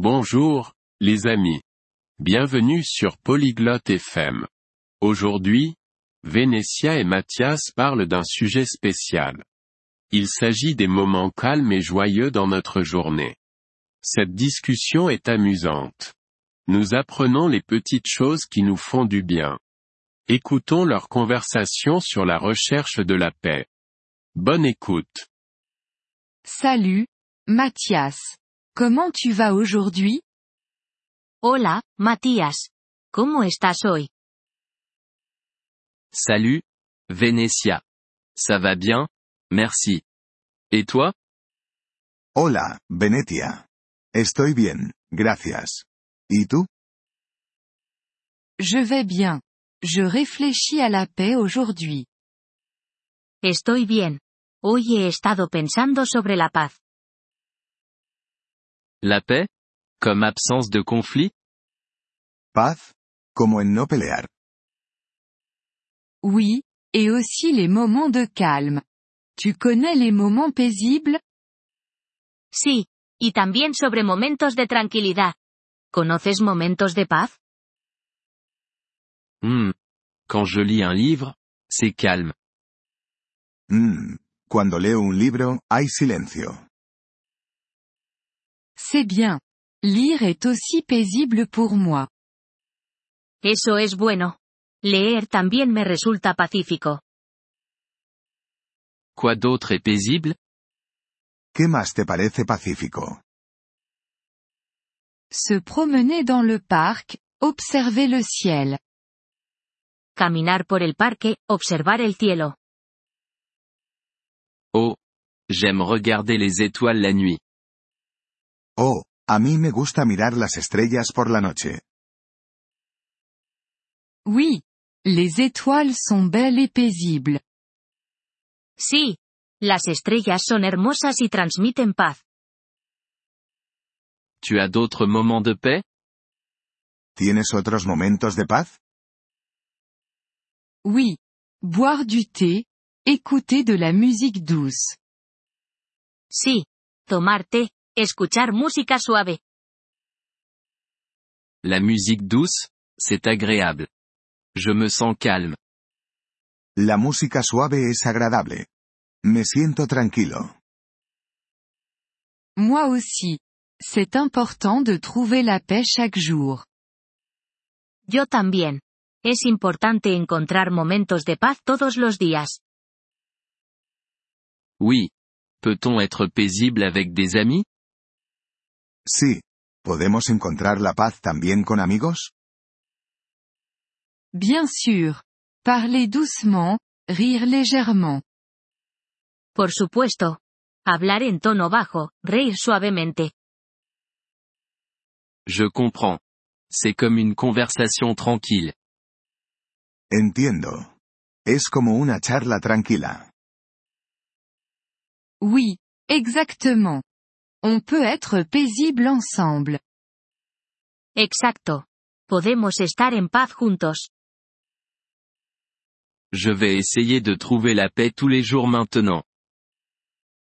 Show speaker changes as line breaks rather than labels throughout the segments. Bonjour, les amis. Bienvenue sur Polyglotte FM. Aujourd'hui, Vénétia et Mathias parlent d'un sujet spécial. Il s'agit des moments calmes et joyeux dans notre journée. Cette discussion est amusante. Nous apprenons les petites choses qui nous font du bien. Écoutons leur conversation sur la recherche de la paix. Bonne écoute.
Salut, Mathias. Comment tu vas aujourd'hui
Hola, Matías. ¿Cómo estás hoy?
Salut, Vénétia. Ça va bien? Merci. Et toi?
Hola, Venetia. Estoy bien, gracias. ¿Y tú?
Je vais bien. Je réfléchis à la paix aujourd'hui.
Estoy bien. Hoy he estado pensando sobre la paz.
La paix? Comme absence de conflit?
Paz, como en no pelear.
Oui, et aussi les moments de calme. Tu connais les moments paisibles
Sí, y también sobre momentos de tranquilidad. ¿Conoces momentos de paz?
Hmm. Quand je lis un livre, c'est calme.
Mm, cuando leo un libro, hay silencio.
C'est bien. Lire est aussi paisible pour moi.
Eso es bueno. Leer también me resulta pacífico.
Quoi d'autre est paisible?
¿Qué más te parece pacífico?
Se promener dans le parc, observer le ciel.
Caminar por el parque, observar el cielo.
Oh. J'aime regarder les étoiles la nuit.
Oh, a mí me gusta mirar las estrellas por la noche.
Oui. Les étoiles sont belles et paisibles.
Sí. Las estrellas son hermosas y transmiten paz.
Tu as d'autres moments de paix?
¿Tienes otros momentos de paz?
Oui. Boire du thé, écouter de la musique douce.
Sí. Tomar té, escuchar música suave.
La musique douce, c'est agréable. Je me sens calme.
La música suave es agradable. Me siento tranquilo.
Moi aussi. C'est important de trouver la paix chaque jour.
Yo también. Es importante encontrar momentos de paz todos los días.
Oui. Peut-on être paisible avec des amis?
Sí. ¿Podemos encontrar la paz también con amigos?
Bien sûr. Parler doucement, rire légèrement.
Por supuesto. Hablar en tono bajo, reír suavemente.
Je comprends. C'est comme une conversation tranquille.
Entiendo. Es como una charla tranquila.
Oui, exactement. On peut être paisible ensemble.
Exacto. Podemos estar en paz juntos.
Je vais essayer de trouver la paix tous les jours maintenant.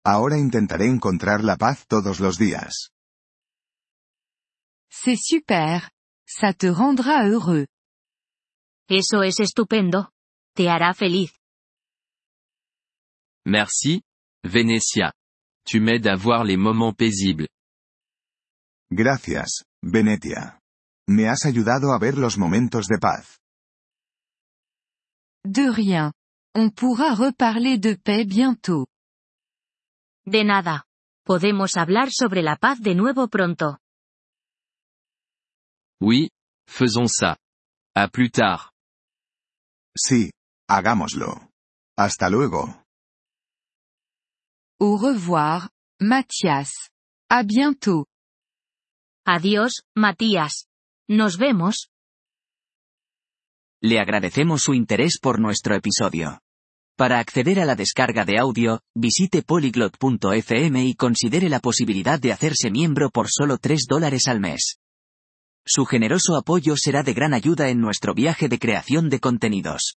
Ahora intentaré encontrar la paz todos los días.
C'est super. Ça te rendra heureux.
Eso es estupendo. Te hará feliz.
Merci, Vénétia. Tu m'aides à voir les moments paisibles.
Gracias, Venetia. Me has ayudado a ver los momentos de paz.
De rien. On pourra reparler de paix bientôt.
De nada. Podemos hablar sobre la paz de nuevo pronto.
Oui, faisons ça. À plus tard.
Sí, hagámoslo. Hasta luego.
Au revoir, Mathias. À bientôt.
Adiós, Matías. Nos vemos.
Le agradecemos su interés por nuestro episodio. Para acceder a la descarga de audio, visite polyglot.fm y considere la posibilidad de hacerse miembro por solo 3 dólares al mes. Su generoso apoyo será de gran ayuda en nuestro viaje de creación de contenidos.